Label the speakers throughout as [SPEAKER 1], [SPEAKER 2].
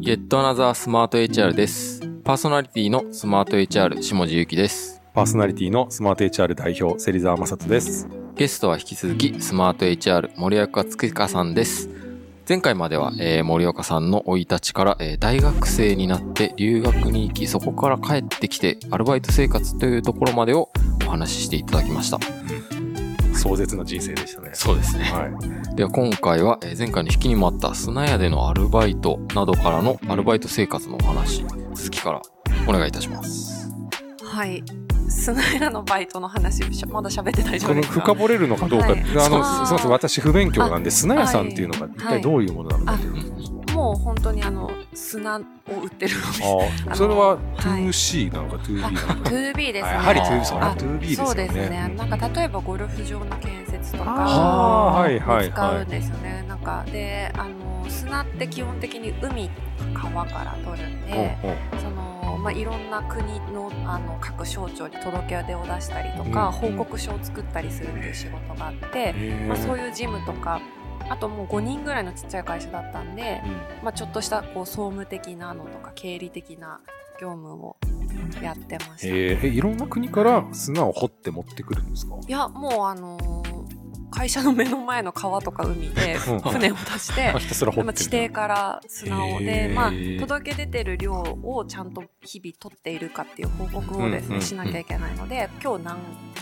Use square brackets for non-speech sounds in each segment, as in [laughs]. [SPEAKER 1] Yet Another Smart HR です。パーソナリティのスマート HR 下地ゆきです。
[SPEAKER 2] パーソナリティのスマート HR 代表、芹沢雅人です。
[SPEAKER 1] ゲストは引き続きスマート HR 森岡月香さんです。前回までは、えー森岡さんの生い立ちから、えー大学生になって留学に行き、そこから帰ってきてアルバイト生活というところまでをお話ししていただきました。
[SPEAKER 2] 壮絶な人生でしたね。
[SPEAKER 1] そうですね。
[SPEAKER 2] はい。
[SPEAKER 1] では今回はえー前回の引きにもあった砂屋でのアルバイトなどからのアルバイト生活のお話続きからお願いいたします
[SPEAKER 3] はい。スナイラのバイトの話をしゃまだ喋ってないじゃ
[SPEAKER 2] こ
[SPEAKER 3] ない
[SPEAKER 2] の
[SPEAKER 3] ですか。
[SPEAKER 2] 深掘れるのかどうか、
[SPEAKER 3] はい
[SPEAKER 2] あの
[SPEAKER 3] あー
[SPEAKER 2] すみません、私不勉強なんで、砂屋さんっていうのが一体どういうものなのかっていう。
[SPEAKER 3] もう本当にあの砂を売ってるお店。
[SPEAKER 2] あ
[SPEAKER 3] あ
[SPEAKER 2] あ、
[SPEAKER 3] の
[SPEAKER 2] それは
[SPEAKER 3] はい
[SPEAKER 2] 2C なのか 2B なのか。
[SPEAKER 3] トゥービーですね。
[SPEAKER 2] やはり 2B です
[SPEAKER 1] か
[SPEAKER 2] よ
[SPEAKER 1] ら
[SPEAKER 3] あ
[SPEAKER 2] ね。2B です
[SPEAKER 3] そ
[SPEAKER 2] よ
[SPEAKER 3] うですね。
[SPEAKER 2] ね。
[SPEAKER 3] なんか例えばゴルフ場の建設と
[SPEAKER 2] あー
[SPEAKER 3] か
[SPEAKER 2] はいはいはい
[SPEAKER 3] 使うんですよね。なんかであの砂って基本的に海川から取るんで、
[SPEAKER 2] うんうん
[SPEAKER 3] そのまあいろんな国のあの各省庁に届け出を出したりとか、
[SPEAKER 2] うん
[SPEAKER 3] 報告書を作ったりするっていう仕事があって、
[SPEAKER 2] へ
[SPEAKER 3] まあ、そう
[SPEAKER 2] ー
[SPEAKER 3] いうジムとかあともう5人ぐらいのちっちゃい会社だったんで、まあ、ちょっとしたこう総務的なのとか経理的な業務をやってました、
[SPEAKER 2] えーえいろんな国から砂を掘って持ってくるんですか
[SPEAKER 3] いやもうあのー会社の目の前の川とか海
[SPEAKER 2] [laughs]
[SPEAKER 3] で
[SPEAKER 2] うん
[SPEAKER 3] 船を出して
[SPEAKER 2] あひたすら [laughs] 掘って
[SPEAKER 3] まあ
[SPEAKER 2] る。
[SPEAKER 3] 地底から砂を
[SPEAKER 2] へ
[SPEAKER 3] で
[SPEAKER 2] ー、
[SPEAKER 3] まあ、届け出てる量をちゃんと日々取っているかっていう報告をで
[SPEAKER 2] う
[SPEAKER 3] す
[SPEAKER 2] んうんう
[SPEAKER 3] ね
[SPEAKER 2] ん
[SPEAKER 3] しなきゃいけないので今日何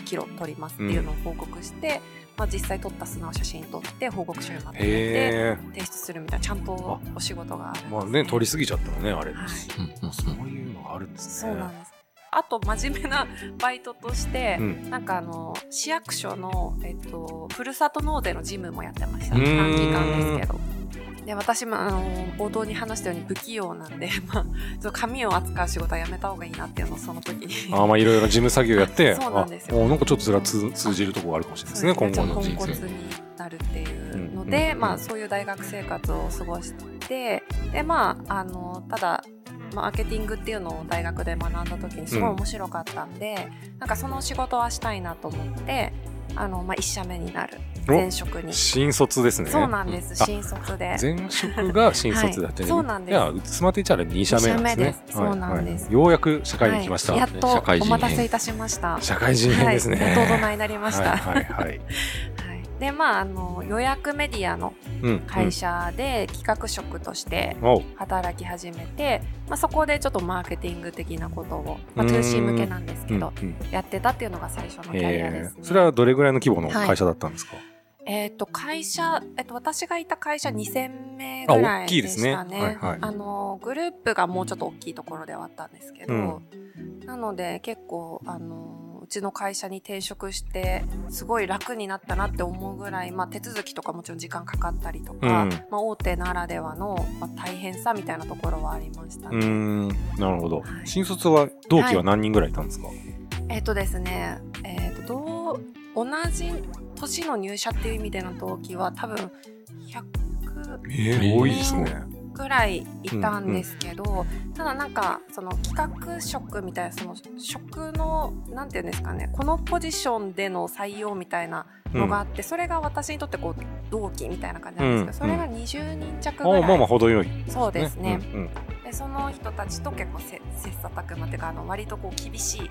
[SPEAKER 3] キロ取りますっていうのを報告して、まあ、実際取った砂を写真撮って報告書にまとめて
[SPEAKER 2] へえ。
[SPEAKER 3] 提出するみたいなちゃんとお仕事があるんです
[SPEAKER 2] まあね、取りすぎちゃったのね、あれ。
[SPEAKER 3] はい
[SPEAKER 1] うんうんうん
[SPEAKER 2] そういうのがあるんです
[SPEAKER 3] そ
[SPEAKER 2] ね。
[SPEAKER 3] うなんですあと真面目なバイトとして、
[SPEAKER 2] うん
[SPEAKER 3] なんかあの市役所の、えっと、ふるさと納税の事務もやってました
[SPEAKER 2] う
[SPEAKER 3] 短
[SPEAKER 2] ーん
[SPEAKER 3] 期間ですけどで私もあの冒頭に話したように不器用なんで、 [laughs] まあ、ちょっと紙を扱う仕事はやめた方がいいなっていうのをその時に
[SPEAKER 2] あーまあいろいろな事務作業やって、
[SPEAKER 3] あそうなんですよ
[SPEAKER 2] あおなんかちょっとそれは通通じるところがあるかもしれないですね、
[SPEAKER 3] そ
[SPEAKER 2] 今
[SPEAKER 3] うです
[SPEAKER 2] 後
[SPEAKER 3] ね
[SPEAKER 2] の
[SPEAKER 3] ち
[SPEAKER 2] 人
[SPEAKER 3] ょっとポンコ
[SPEAKER 2] 生。
[SPEAKER 3] ツになるっていうので、
[SPEAKER 2] うん
[SPEAKER 3] まあ、そういう大学生活を過ごしてで、まあ、あのただマーケティングっていうのを大学で学んだ時にすごい面白かったんで、なんかその仕事はしたいなと思ってあの、まあ、1社目になる前職に、
[SPEAKER 2] 新卒ですね。
[SPEAKER 3] そうなんです
[SPEAKER 2] あ
[SPEAKER 3] 新卒で
[SPEAKER 2] 前職が新卒だった
[SPEAKER 3] はいそうなんです
[SPEAKER 2] いや、スマート HR 二社目なんですね
[SPEAKER 3] 二社目。ですそうなんです
[SPEAKER 2] ようやく社会に来ました。
[SPEAKER 3] はい、やっ
[SPEAKER 1] 社
[SPEAKER 3] と
[SPEAKER 1] 会人
[SPEAKER 3] お待たせいたしました
[SPEAKER 2] 社会人編ですね。
[SPEAKER 3] はい、やっと大人になりました、
[SPEAKER 2] はいはいはい。
[SPEAKER 3] はい、でまああの予約メディアの
[SPEAKER 2] うん
[SPEAKER 3] 会。社で企画職として
[SPEAKER 2] うんおう
[SPEAKER 3] 働き始めて、まあ、そこでちょっとマーケティング的なことを、まあ、
[SPEAKER 2] うーん
[SPEAKER 3] 2C 向けなんです
[SPEAKER 2] う
[SPEAKER 3] け
[SPEAKER 2] んう
[SPEAKER 3] ど、
[SPEAKER 2] ん。
[SPEAKER 3] やってたっていうのが最初のキャリアで
[SPEAKER 2] え
[SPEAKER 3] すね
[SPEAKER 2] ー。それはどれぐらいの規模の会社だったんですか。
[SPEAKER 3] えっ、と会社、えっと私がいた会社2000名ぐら
[SPEAKER 2] あ大
[SPEAKER 3] い
[SPEAKER 2] きい
[SPEAKER 3] で
[SPEAKER 2] です
[SPEAKER 3] し
[SPEAKER 2] ね
[SPEAKER 3] たね。
[SPEAKER 2] はいはい
[SPEAKER 3] あのグループがもうちょっと大きいところではあったんですけど、なので結構あのうちの会社に転職してすごい楽になったなって思うぐらい、まあ、手続きとかもちろん時間かかったりとか、
[SPEAKER 2] うん
[SPEAKER 3] まあ、大手ならではの、まあ、大変さみたいなところはありました
[SPEAKER 2] う
[SPEAKER 3] ね。
[SPEAKER 2] ーん。なるほど。
[SPEAKER 3] はい
[SPEAKER 2] 新卒は同期は何人ぐらいいたんですか。
[SPEAKER 3] えっ、とですね、えっ、とどう同じ年の入社っていう意味での同期は多分100
[SPEAKER 2] え
[SPEAKER 1] ー
[SPEAKER 2] 多いですね。
[SPEAKER 3] ぐらいいたんですけど、ただなんかその企画職みたいなその職のなんていうんですかねこのポジションでの採用みたいなのがあって、それが私にとってこう同期みたいな感じなんですけ
[SPEAKER 2] う
[SPEAKER 3] ど、
[SPEAKER 2] ん
[SPEAKER 3] それが20人弱
[SPEAKER 2] あ
[SPEAKER 3] ぐらい、
[SPEAKER 2] まあまあ程よい。
[SPEAKER 3] そうですね、
[SPEAKER 2] うんうん
[SPEAKER 3] でその人たちと結構せ切磋琢磨っていうかあの割とこう厳しい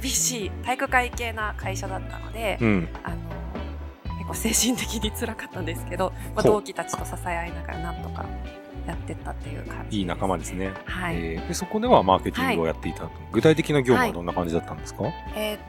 [SPEAKER 3] 厳しい体育会系な会社だったので、
[SPEAKER 2] うん。
[SPEAKER 3] あの結構精神的に辛かったんですけど、まあ、
[SPEAKER 2] ほう
[SPEAKER 3] 同期たちと支え合いながらなんとかやってったっていう感じです、
[SPEAKER 2] いい仲間です。ね。
[SPEAKER 3] はい、えっ、
[SPEAKER 2] えーでそこではマーケティングをやっていたと、具体的な業務はどんな感じだったんですか、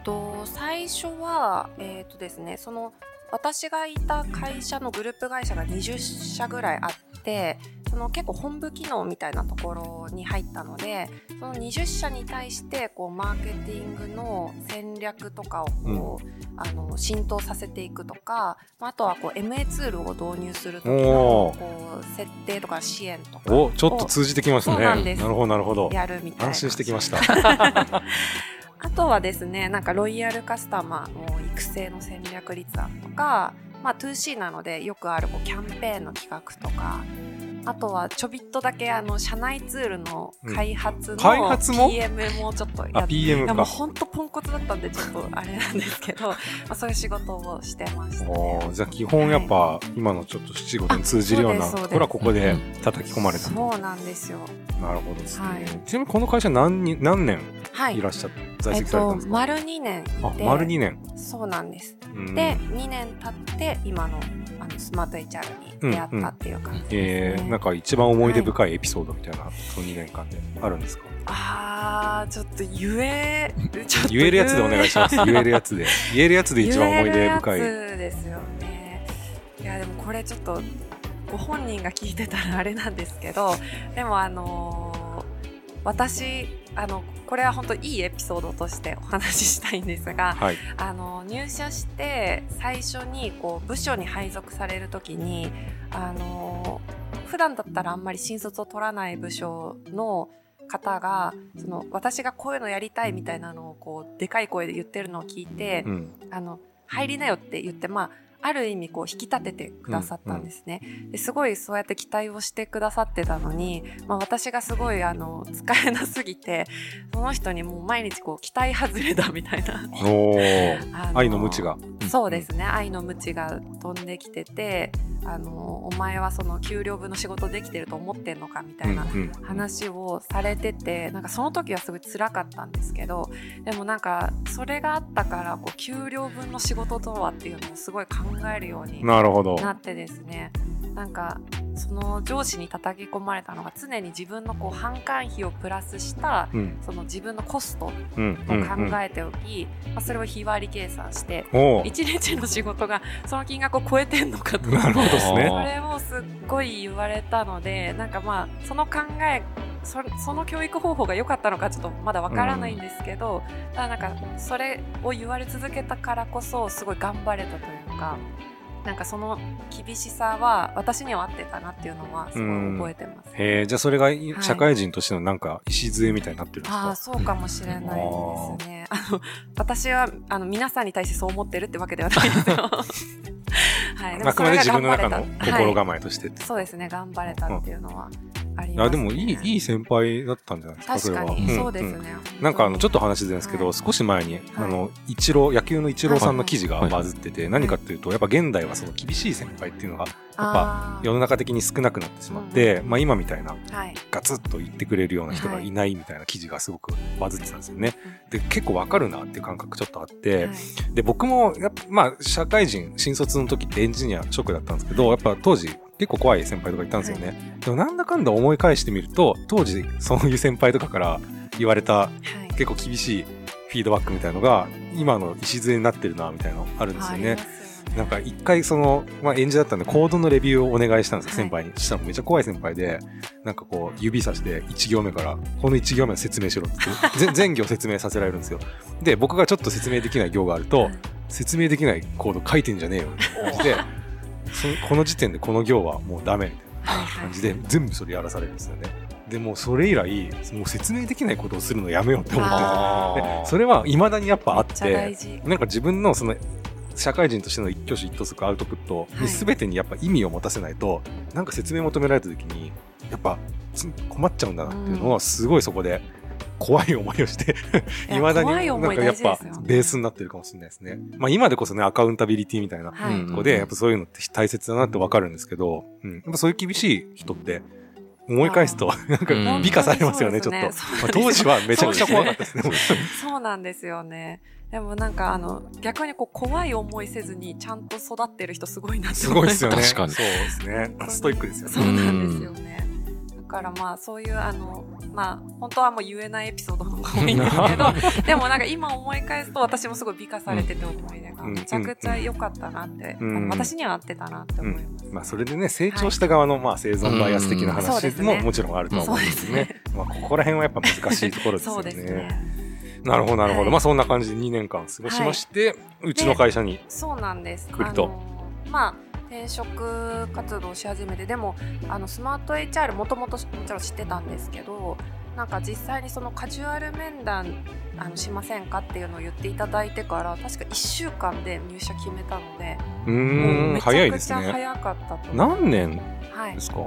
[SPEAKER 3] と最初はえっ、とですねその私がいた会社のグループ会社が20社ぐらいあってその結構本部機能みたいなところに入ったのでその20社に対してこうマーケティングの戦略とかをこう、あの浸透させていくとかまああとはこう MA ツールを導入する時
[SPEAKER 2] お
[SPEAKER 3] の
[SPEAKER 2] ー
[SPEAKER 3] こう設定とか支援とか
[SPEAKER 2] おちょっと通じてきますね
[SPEAKER 3] そうなんです
[SPEAKER 2] るほどなるほど
[SPEAKER 3] やるみたいな
[SPEAKER 2] 安心してきました
[SPEAKER 3] あとはですね、なんかロイヤルカスタマーの育成の戦略立案とか、まあ 2C なのでよくあるこうキャンペーンの企画とか、あとはちょびっとだけあの社内ツールの開発の
[SPEAKER 2] ん開発も
[SPEAKER 3] PM もちょっとやっ
[SPEAKER 2] あ、PM
[SPEAKER 3] いやもう
[SPEAKER 2] か。
[SPEAKER 3] 本当ポンコツだったんでちょっとあれなんですけど、ま [laughs] あ、そういう仕事をしてましたね。
[SPEAKER 2] おーじゃあ基本やっぱ今のちょっと七五に通じるよう
[SPEAKER 3] あ
[SPEAKER 2] な
[SPEAKER 3] そうで
[SPEAKER 2] と
[SPEAKER 3] すそうです
[SPEAKER 2] ころはここで叩き込まれたと
[SPEAKER 3] そうなんですよ。
[SPEAKER 2] なるほどですね、
[SPEAKER 3] はい
[SPEAKER 2] ちなみにこの会社何人何年
[SPEAKER 3] はい
[SPEAKER 2] い。らっしゃっ、在
[SPEAKER 3] えっ
[SPEAKER 2] 籍された
[SPEAKER 3] と
[SPEAKER 2] んですか、
[SPEAKER 3] 丸2年いて
[SPEAKER 2] あ丸2年、
[SPEAKER 3] そうなんです。
[SPEAKER 2] うん
[SPEAKER 3] で、2年経って今のあのスマート HR に出会ったっていう感じ
[SPEAKER 2] え
[SPEAKER 3] です、ね
[SPEAKER 2] ー、なんか一番思い出深いエピソードみたいな、その2年間であるんですか
[SPEAKER 3] あーちょっと言えちょっと
[SPEAKER 2] 言えるやつでお願いし
[SPEAKER 3] [laughs]
[SPEAKER 2] ます言えるやつで言えるやつで一番思い出深い
[SPEAKER 3] 言えるやつですよねいやでもこれちょっとご本人が聞いてたらあれなんですけど [laughs] でもあのー私あのこれは本当いいエピソードとしてお話ししたいんですが
[SPEAKER 2] はい
[SPEAKER 3] あの入社して最初にこう部署に配属される時にあの普段だったらあんまり新卒を取らない部署の方がその私がこういうのやりたいみたいなのをこうでかい声で言ってるのを聞いて、
[SPEAKER 2] うん
[SPEAKER 3] あの入りなよって言って、まあ、ある意味こう引き立ててくださったんですね、ですごいそうやって期待をしてくださってたのに、まあ、私がすごいあの使えなすぎてその人にもう毎日こう期待外れだみたいな。
[SPEAKER 2] おー
[SPEAKER 3] あ
[SPEAKER 2] 愛の無知が
[SPEAKER 3] そうですね愛の無知が飛んできててあのお前はその給料分の仕事できてると思ってんのかみたいな
[SPEAKER 2] うん
[SPEAKER 3] 話をされててなんかその時はすごい辛かったんですけどでもなんかそれがあったからこう給料分の仕事とはっていうのをすごい考えるように
[SPEAKER 2] うん、なるほど
[SPEAKER 3] なってですねなんかその上司に叩き込まれたのが常に自分のこう販管費をプラスした
[SPEAKER 2] うん
[SPEAKER 3] その自分のコストを考
[SPEAKER 2] うんうんうん
[SPEAKER 3] えておき、まあ、それを日割り計算して
[SPEAKER 2] お
[SPEAKER 3] [laughs]
[SPEAKER 2] ー
[SPEAKER 3] 1日の仕事がその金額を超えてんのかと
[SPEAKER 2] なるほどです
[SPEAKER 1] あ
[SPEAKER 2] ね
[SPEAKER 1] ー
[SPEAKER 3] それをすっごい言われたのでなんかまあその考えそその教育方法が良かったのかちょっとまだわからないんですけど、ただなんかそれを言われ続けたからこそすごい頑張れたというかなんかその厳しさは私には合ってたなっていうのはすごい覚えてます。
[SPEAKER 2] へえじゃあそれが
[SPEAKER 3] い
[SPEAKER 2] 社会人としてのなんか礎みたいになってるんですか、
[SPEAKER 3] ああそうかもしれないですね。あの私はあの皆さんに対してそう思ってるってわけではな
[SPEAKER 2] [laughs]
[SPEAKER 3] いですよ。はい、
[SPEAKER 2] あくまで自分の中の
[SPEAKER 3] でもそれ
[SPEAKER 2] 心
[SPEAKER 3] が頑張れたはい
[SPEAKER 2] 構えとしてって
[SPEAKER 3] そうですね頑張れたっていうのはあります、ね。
[SPEAKER 2] あでもいいいい先輩だったんじゃないですかそ
[SPEAKER 3] 確
[SPEAKER 2] れ
[SPEAKER 3] か
[SPEAKER 2] は。
[SPEAKER 3] に、
[SPEAKER 2] ん
[SPEAKER 3] そうですね
[SPEAKER 2] ん。なんかあのちょっ
[SPEAKER 3] と
[SPEAKER 2] と話ですけど、
[SPEAKER 3] はい
[SPEAKER 2] 少し前に、あのイチロー野球のイチローさんの記事が
[SPEAKER 1] はい
[SPEAKER 2] バズってて、何かっていうとやっぱ現代はその厳しい先輩っていうのがぱ世の中的に少なくなってしまって、まあ、今みたいな
[SPEAKER 3] はい、
[SPEAKER 2] ガツッと言ってくれるような人がいないみたいな記事がすごくバズってたんですよね。で結構わかるなっていう感覚ちょっとあって、
[SPEAKER 3] はい
[SPEAKER 2] で僕もやっぱ、まあ、社会人新卒の時ってエンジニアショックだったんですけどやっぱ当時結構怖い先輩とかいたんですよね、でもなんだかんだ思い返してみると当時そういう先輩とかから言われた
[SPEAKER 3] はい
[SPEAKER 2] 結構厳しいフィードバックみたいのが今の礎になってるなみたいなのあるんです
[SPEAKER 3] あ
[SPEAKER 2] よ
[SPEAKER 3] りま
[SPEAKER 2] ね。
[SPEAKER 3] すよね
[SPEAKER 2] なんか一回その、まあ、演じだったんでコードのレビューをお願いしたんですよ
[SPEAKER 3] はい
[SPEAKER 2] 先輩に、そしたらめっちゃ怖い先輩でなんかこう指さして1行目からこの1行目を説明しろって言ってぜ [laughs] 全行説明させられるんですよで僕がちょっと説明できない行があると
[SPEAKER 3] はい
[SPEAKER 2] 説明できないコード書いてんじゃねえよって
[SPEAKER 3] [laughs]
[SPEAKER 2] でそこの時点でこの行はもうダメみたいな
[SPEAKER 3] はい
[SPEAKER 2] 感じで全部それやらされるんですよねでもうそれ以来もう説明できないことをするのやめようって思ってるん
[SPEAKER 3] あ
[SPEAKER 2] ですよで
[SPEAKER 1] そ
[SPEAKER 2] [laughs] それはいまだにやっぱあっ
[SPEAKER 3] めっちゃ大
[SPEAKER 2] て
[SPEAKER 3] 事
[SPEAKER 2] なんか自分のその社会人としての一挙手一投足アウトプット
[SPEAKER 3] はい
[SPEAKER 2] に全てにやっぱ意味を持たせないと、なんか説明求められた時にやっぱつ困っちゃうんだなっていうのはすごいそこで怖い思いをして
[SPEAKER 3] いや
[SPEAKER 2] いまだに
[SPEAKER 3] 怖い
[SPEAKER 2] な
[SPEAKER 3] 思
[SPEAKER 2] ん
[SPEAKER 3] い
[SPEAKER 2] かや
[SPEAKER 3] 大
[SPEAKER 2] っ
[SPEAKER 3] 事で
[SPEAKER 2] ぱ
[SPEAKER 3] すよ
[SPEAKER 2] ベースになってるかもしれないですね。まあ今でこそねアカウンタビリティみたいな
[SPEAKER 3] はい、
[SPEAKER 1] うん
[SPEAKER 2] とこで、やっぱそういうのって大切だなってわかるんですけど、うん、やっぱそういう厳しい人って、思い返すと、なん
[SPEAKER 1] う
[SPEAKER 2] か
[SPEAKER 1] ん
[SPEAKER 2] 美化されますよね、ち
[SPEAKER 3] そ
[SPEAKER 2] ょ
[SPEAKER 3] う
[SPEAKER 2] っと。ま
[SPEAKER 3] で
[SPEAKER 2] す
[SPEAKER 3] ね
[SPEAKER 2] あ当時はめちゃくちゃ怖かったですね。
[SPEAKER 3] そうなんですよねでもなんかあの逆にこう怖い思いせずにちゃんと育ってる人すごいなって
[SPEAKER 2] す
[SPEAKER 3] 思
[SPEAKER 2] ごいですよね。
[SPEAKER 1] 確かに
[SPEAKER 2] そうですね。ストイックですよ
[SPEAKER 3] そう
[SPEAKER 2] ね。
[SPEAKER 3] なんですよね。だからまあそういうあのまあ本当はもう言えないエピソードの方が多いんですけどでもなんか今思い返すと私もすごい美化されてて思い出が
[SPEAKER 2] うん
[SPEAKER 3] めちゃくちゃ良かったなって、
[SPEAKER 2] うん
[SPEAKER 3] あの私には合ってたなって思います。
[SPEAKER 2] まあそれでね、成長した側の、まあ生存バイアス的な
[SPEAKER 3] うんそう
[SPEAKER 2] 話
[SPEAKER 3] ですね
[SPEAKER 2] ももちろんあると思うんです
[SPEAKER 3] そうで
[SPEAKER 2] ね。まあここら辺はやっぱ難しいところです
[SPEAKER 3] そ
[SPEAKER 2] よ
[SPEAKER 3] うです
[SPEAKER 2] ね。
[SPEAKER 3] ね。
[SPEAKER 2] なるほど、なるほ
[SPEAKER 3] は
[SPEAKER 2] ど。
[SPEAKER 3] い
[SPEAKER 2] まあそんな感じで2年間過ごしまして、うちの会社に。
[SPEAKER 3] そうなんです。
[SPEAKER 2] 来ると
[SPEAKER 3] あのまあ転職活動をし始めてでもあのスマート HR もともともちろん知ってたんですけどなんか実際にそのカジュアル面談あのしませんかっていうのを言っていただいてから確か1週間で入社決めたので
[SPEAKER 2] う
[SPEAKER 3] もう
[SPEAKER 2] ーん、
[SPEAKER 3] めち
[SPEAKER 2] 早
[SPEAKER 3] ゃ
[SPEAKER 2] い
[SPEAKER 3] く
[SPEAKER 2] です
[SPEAKER 3] ちゃ
[SPEAKER 2] ね。
[SPEAKER 3] 早かったと思う
[SPEAKER 2] 何年
[SPEAKER 3] はい
[SPEAKER 2] ですか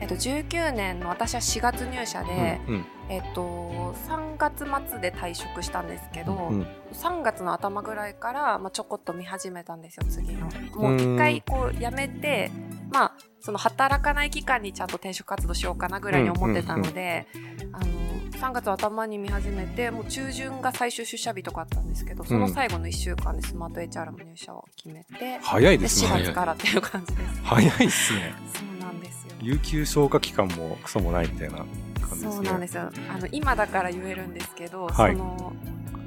[SPEAKER 3] えっと、19年の私は4月入社で、
[SPEAKER 2] うん
[SPEAKER 3] えっと、3月末で退職したんですけど、
[SPEAKER 2] うん
[SPEAKER 3] 3月の頭ぐらいから、まあ、ちょこっと見始めたんですよ次の。もう一回こう辞めて、まあ、その働かない期間にちゃんと転職活動しようかなぐらいに思ってたので、あの3月頭に見始めてもう中旬が最終出社日とかあったんですけどその最後の1週間でスマート HR の入社を決めて、
[SPEAKER 2] 早い
[SPEAKER 3] で
[SPEAKER 2] です
[SPEAKER 3] 4
[SPEAKER 1] ね
[SPEAKER 3] 月からっていう感じです。
[SPEAKER 2] 早いっすね
[SPEAKER 3] そうなんですよ
[SPEAKER 2] 有給消化期間もクソもないみたいな感じですね
[SPEAKER 3] そうなんですよあの今だから言えるんですけど、
[SPEAKER 2] はい
[SPEAKER 3] その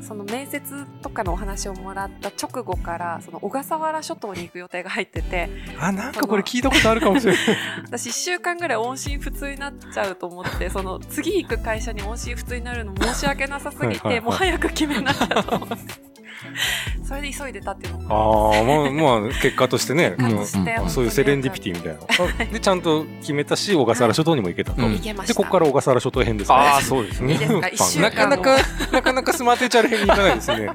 [SPEAKER 3] その面接とかのお話をもらった直後からその小笠原諸島に行く予定が入ってて
[SPEAKER 2] あなんかこれ聞いたことあるかもしれない
[SPEAKER 3] [laughs] 私1週間ぐらい音信不通になっちゃうと思ってその次行く会社に音信不通になるの申し訳なさすぎ
[SPEAKER 2] はいはいは
[SPEAKER 3] て
[SPEAKER 2] い
[SPEAKER 3] もう早く決めなきゃと思ってそれで急いでたっていうの
[SPEAKER 2] あ
[SPEAKER 3] も
[SPEAKER 2] あまあまあ結果として
[SPEAKER 3] [laughs]
[SPEAKER 2] ね
[SPEAKER 3] 結果として
[SPEAKER 1] うんうん
[SPEAKER 3] 本当に
[SPEAKER 2] そういうセレンディピティみたいな。あで、ちゃんと決めたし、小笠原諸島にも行けたと。
[SPEAKER 1] うん
[SPEAKER 3] 行けまし
[SPEAKER 2] で、
[SPEAKER 3] た
[SPEAKER 2] ここから小笠原諸島編ですね。
[SPEAKER 1] ああ、そうです
[SPEAKER 2] ね
[SPEAKER 3] いい
[SPEAKER 1] ね。
[SPEAKER 3] ですか
[SPEAKER 2] パン
[SPEAKER 3] 一週
[SPEAKER 2] なか
[SPEAKER 3] 間
[SPEAKER 2] な
[SPEAKER 3] の
[SPEAKER 2] か、なかなかスマートチャル編に行かないです
[SPEAKER 3] [laughs]
[SPEAKER 2] ね。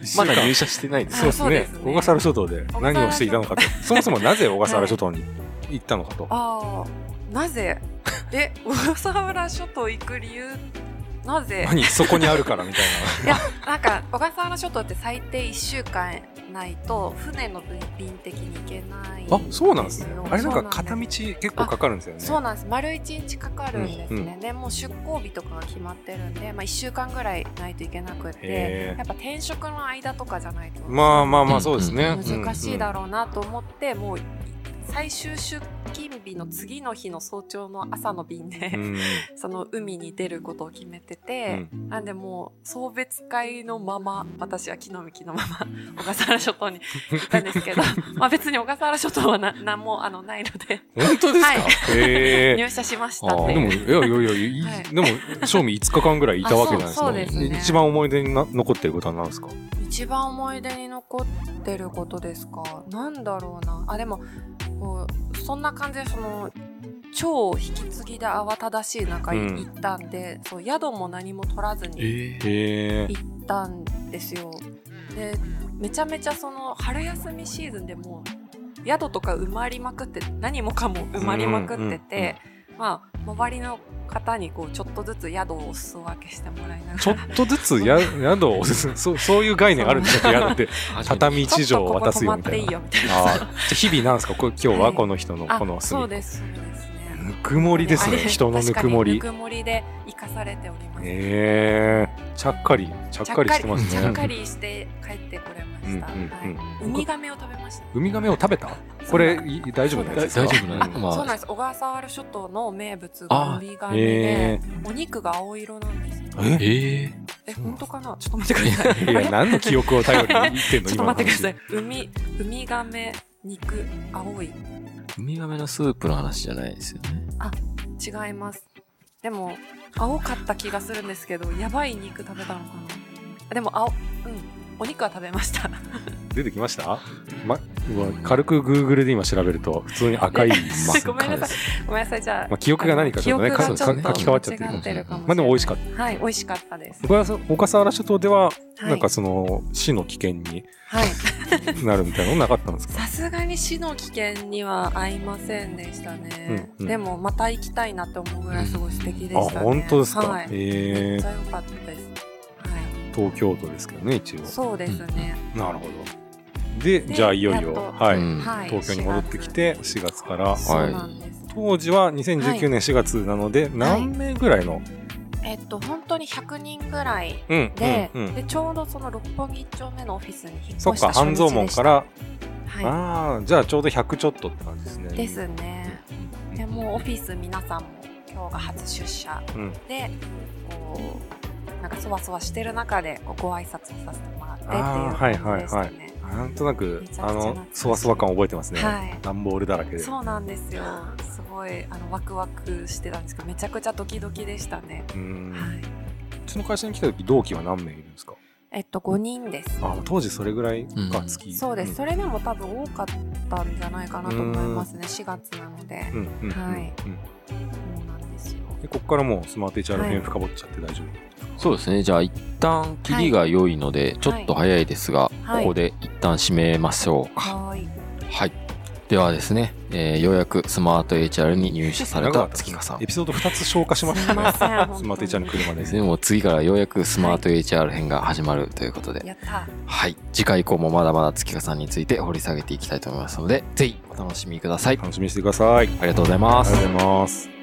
[SPEAKER 2] 一週
[SPEAKER 1] ま
[SPEAKER 2] 間
[SPEAKER 1] だ入社してないです。
[SPEAKER 2] そうです
[SPEAKER 3] あそうで
[SPEAKER 2] ね
[SPEAKER 3] す。ね
[SPEAKER 2] 小笠原諸島で
[SPEAKER 3] 小笠原諸島
[SPEAKER 2] 何をしていたのかと。そもそもなぜ小笠原諸島に行ったのかと。
[SPEAKER 3] あーなぜえ小笠原諸島行く理由なぜ
[SPEAKER 2] 何そこにあるからみたい
[SPEAKER 3] いやなんか小笠原諸島って最低1週間ないと船の便的に行けない
[SPEAKER 2] な。あ、そうなんですね
[SPEAKER 3] よ。
[SPEAKER 2] あれなん
[SPEAKER 3] そ
[SPEAKER 2] か
[SPEAKER 3] う
[SPEAKER 2] 片道結構かかるんですよね。
[SPEAKER 3] そうなんです丸1日かかるんですね、
[SPEAKER 2] うんう
[SPEAKER 3] でもう出航日とかが決まってるんで、まあ、1週間ぐらいないといけなく
[SPEAKER 2] へ
[SPEAKER 3] て
[SPEAKER 2] ー
[SPEAKER 3] やっぱ転職の間とかじゃないと
[SPEAKER 2] まあまあまあそうですね。
[SPEAKER 3] 難しいだ
[SPEAKER 2] ろ
[SPEAKER 3] ろうなと思って、もう最終出勤日の次の日の早朝の朝の便で、
[SPEAKER 2] うん。
[SPEAKER 3] その海に出ることを決めてて、なんでもう送別会のまま私は木の幹のまま [laughs] 小笠原諸島に行ったんです
[SPEAKER 2] [laughs]
[SPEAKER 3] けどまあ別に小笠原諸島はな何もあのないので
[SPEAKER 2] 本当ですか
[SPEAKER 3] は
[SPEAKER 2] へえ。
[SPEAKER 3] 入社しましたっ
[SPEAKER 1] あ
[SPEAKER 3] て
[SPEAKER 2] で
[SPEAKER 3] いう
[SPEAKER 2] も、いやいやいやいい、
[SPEAKER 3] はい
[SPEAKER 2] でも、賞味5日間ぐらいいたわけじゃないですか。
[SPEAKER 3] あそうそうですね
[SPEAKER 2] 一番思い出にな残ってることは何ですか
[SPEAKER 3] 一番思い出に残ってることですかなんだろうなあでもこうそんな感じでその超引き継ぎで慌ただしい中
[SPEAKER 2] うん
[SPEAKER 3] に行ったんで、そう宿も何も取らずに
[SPEAKER 1] [laughs] ええ。
[SPEAKER 2] へえ。
[SPEAKER 3] 行ったんですよでめちゃめちゃその春休みシーズンでもう宿とか埋まりまくって何もかも埋まりまくってて、まあ周りの方にこうちょっとずつ宿をおすそ分けしてもらいながら
[SPEAKER 2] ちょっとずつや宿を、そう、そういう概念あるんですよ、宿って。畳
[SPEAKER 3] ちょっ
[SPEAKER 2] 一
[SPEAKER 3] と
[SPEAKER 2] 畳
[SPEAKER 3] ここ
[SPEAKER 2] 渡すよみ
[SPEAKER 3] 泊まったて
[SPEAKER 2] い
[SPEAKER 3] いい
[SPEAKER 2] な。
[SPEAKER 3] よみたいな
[SPEAKER 2] ああ、じゃあ日々なんですかこれ今日はこの人の、
[SPEAKER 3] あ
[SPEAKER 2] この
[SPEAKER 3] そ
[SPEAKER 2] 住み。
[SPEAKER 3] うですそうですね
[SPEAKER 2] ぬくもりですね
[SPEAKER 3] あれ
[SPEAKER 2] 人のぬくもり
[SPEAKER 3] 確かにぬくもりで生かされております、
[SPEAKER 2] へえ。ちゃっかり、ちゃっかりしてます
[SPEAKER 3] ち
[SPEAKER 2] ね。
[SPEAKER 3] ゃっかりして帰ってこれました、
[SPEAKER 2] うんうんうん
[SPEAKER 3] はい、ウミガメを食べました
[SPEAKER 2] ウミガメを食べたこれ、い大丈夫なやつ
[SPEAKER 1] 大
[SPEAKER 2] ですか
[SPEAKER 1] 丈夫な
[SPEAKER 3] あ
[SPEAKER 1] のま
[SPEAKER 3] そうなん
[SPEAKER 1] あ、
[SPEAKER 3] です小笠原諸島の名物
[SPEAKER 1] あ
[SPEAKER 3] がウミガメ
[SPEAKER 2] へ
[SPEAKER 3] でお肉が青色なんですよ
[SPEAKER 2] え
[SPEAKER 1] ええ。
[SPEAKER 3] え
[SPEAKER 2] そう
[SPEAKER 3] 本当かなちょっと待ってください
[SPEAKER 2] いや、何の記憶を頼りに言ってんの
[SPEAKER 3] [laughs] ちょ
[SPEAKER 2] 今
[SPEAKER 3] っと
[SPEAKER 2] の
[SPEAKER 3] 待ってくだ
[SPEAKER 2] 話
[SPEAKER 3] さいウミウミガメ肉青い
[SPEAKER 1] ウミガメのスープの話じゃないですよね。
[SPEAKER 3] 違いますでも青かった気がするんですけどやばい肉食べたのかなでも青うんお肉は食べました
[SPEAKER 2] 出てきました、ま、うわ軽く Google で今調べると普通に赤いま
[SPEAKER 3] [laughs] ごめんなさいごめんなさいじゃあ、
[SPEAKER 2] まあ記憶が何かちょっとね
[SPEAKER 3] 記憶がちょっ
[SPEAKER 1] か
[SPEAKER 3] と
[SPEAKER 1] か書き
[SPEAKER 2] 換わっちゃってる
[SPEAKER 3] 間違ってるかもしれない
[SPEAKER 2] まあでも美味しかった
[SPEAKER 3] はい美味しかったです
[SPEAKER 2] 小笠小笠原諸島では
[SPEAKER 3] はい
[SPEAKER 2] なんかその死の危険に
[SPEAKER 3] はい
[SPEAKER 2] なるみたいなのなかったんですか
[SPEAKER 3] さすがに死の危険には合いませんでしたね、
[SPEAKER 2] うんうん
[SPEAKER 3] でもまた行きたいなって思うぐらいすごい素敵で
[SPEAKER 2] あ
[SPEAKER 3] したね、
[SPEAKER 2] 本当ですか、
[SPEAKER 3] はい、め
[SPEAKER 2] え
[SPEAKER 3] っち
[SPEAKER 2] ー、
[SPEAKER 3] ゃ良かったですは
[SPEAKER 2] 東京都ですけどね一応
[SPEAKER 3] いそうですね、
[SPEAKER 2] なるほどで
[SPEAKER 3] で
[SPEAKER 2] じゃあいよい
[SPEAKER 3] やっ
[SPEAKER 2] よ、
[SPEAKER 3] と
[SPEAKER 2] はい
[SPEAKER 1] うん
[SPEAKER 3] はい
[SPEAKER 2] 東京に戻ってきて4月から
[SPEAKER 3] 4月
[SPEAKER 1] は
[SPEAKER 3] そ
[SPEAKER 1] いう
[SPEAKER 3] なんです、
[SPEAKER 2] 当時は2019年4月なので、何名ぐらいの、
[SPEAKER 3] えっと本当に100人ぐらい
[SPEAKER 2] うん
[SPEAKER 3] で,、
[SPEAKER 2] うんうん
[SPEAKER 3] でちょうどその六本木一丁目のオフィスに引っ
[SPEAKER 2] そ
[SPEAKER 3] 越
[SPEAKER 2] っか
[SPEAKER 3] した初日
[SPEAKER 2] 半
[SPEAKER 3] で
[SPEAKER 2] 蔵門
[SPEAKER 3] した
[SPEAKER 2] か、ら
[SPEAKER 3] は
[SPEAKER 2] ああ、じゃあちょうど100ちょっとって感じですね。
[SPEAKER 3] い、ですねでもうオフィス皆さんも今日が初出社
[SPEAKER 2] うん。
[SPEAKER 3] でこうなんかそわそわしてる中でこうご挨拶をさせてもらってってい
[SPEAKER 2] あー
[SPEAKER 3] う
[SPEAKER 2] はい
[SPEAKER 3] 感じでしたね
[SPEAKER 2] なんとなく
[SPEAKER 3] めちゃくちゃ
[SPEAKER 2] あの
[SPEAKER 3] 懐かしい
[SPEAKER 2] そわそわ感覚えてますね。
[SPEAKER 3] はい
[SPEAKER 2] 段ボールだらけで。
[SPEAKER 3] そうなんですよすごいあのワクワクしてたんですけどめちゃくちゃドキドキでしたね、
[SPEAKER 2] うー
[SPEAKER 3] は
[SPEAKER 2] ん。
[SPEAKER 3] いう
[SPEAKER 2] ちの会社に来た時同期は何名いるんですか。
[SPEAKER 3] えっと5人です
[SPEAKER 2] あー、当時それぐらいか
[SPEAKER 1] うん
[SPEAKER 2] 月。
[SPEAKER 3] そうです、
[SPEAKER 2] ん
[SPEAKER 3] それでも多分多かったんじゃないかなと思いますね4月なので、
[SPEAKER 2] うんうんうん。
[SPEAKER 3] はい
[SPEAKER 2] うん
[SPEAKER 3] そうなんですよ
[SPEAKER 2] でここからもうスマート HR 編深掘っちゃって大丈
[SPEAKER 1] そうですね。じゃあ、一旦、キリが良いので、ちょっと早いですが、
[SPEAKER 3] はい
[SPEAKER 1] ここで一旦締めましょうか。
[SPEAKER 3] はい
[SPEAKER 1] はい。ではですね、えーようやくスマート HR に入社され
[SPEAKER 2] 長か
[SPEAKER 1] た
[SPEAKER 2] ったです
[SPEAKER 1] 月
[SPEAKER 2] ね
[SPEAKER 1] 香さん
[SPEAKER 2] エ。ピソード2つ消化しましたね。
[SPEAKER 3] すいません
[SPEAKER 2] スマートイちゃんの車で
[SPEAKER 1] ですすね、
[SPEAKER 2] ね。
[SPEAKER 1] もう次からようやくスマート HR 編が始まるということで、
[SPEAKER 3] やった
[SPEAKER 1] はい。次回以降もまだまだ月香さんについて掘り下げていきたいと思いますので、ぜひお楽しみください。
[SPEAKER 2] 楽しみにしてください。あり
[SPEAKER 1] ありがとうございます。
[SPEAKER 2] がとうございます。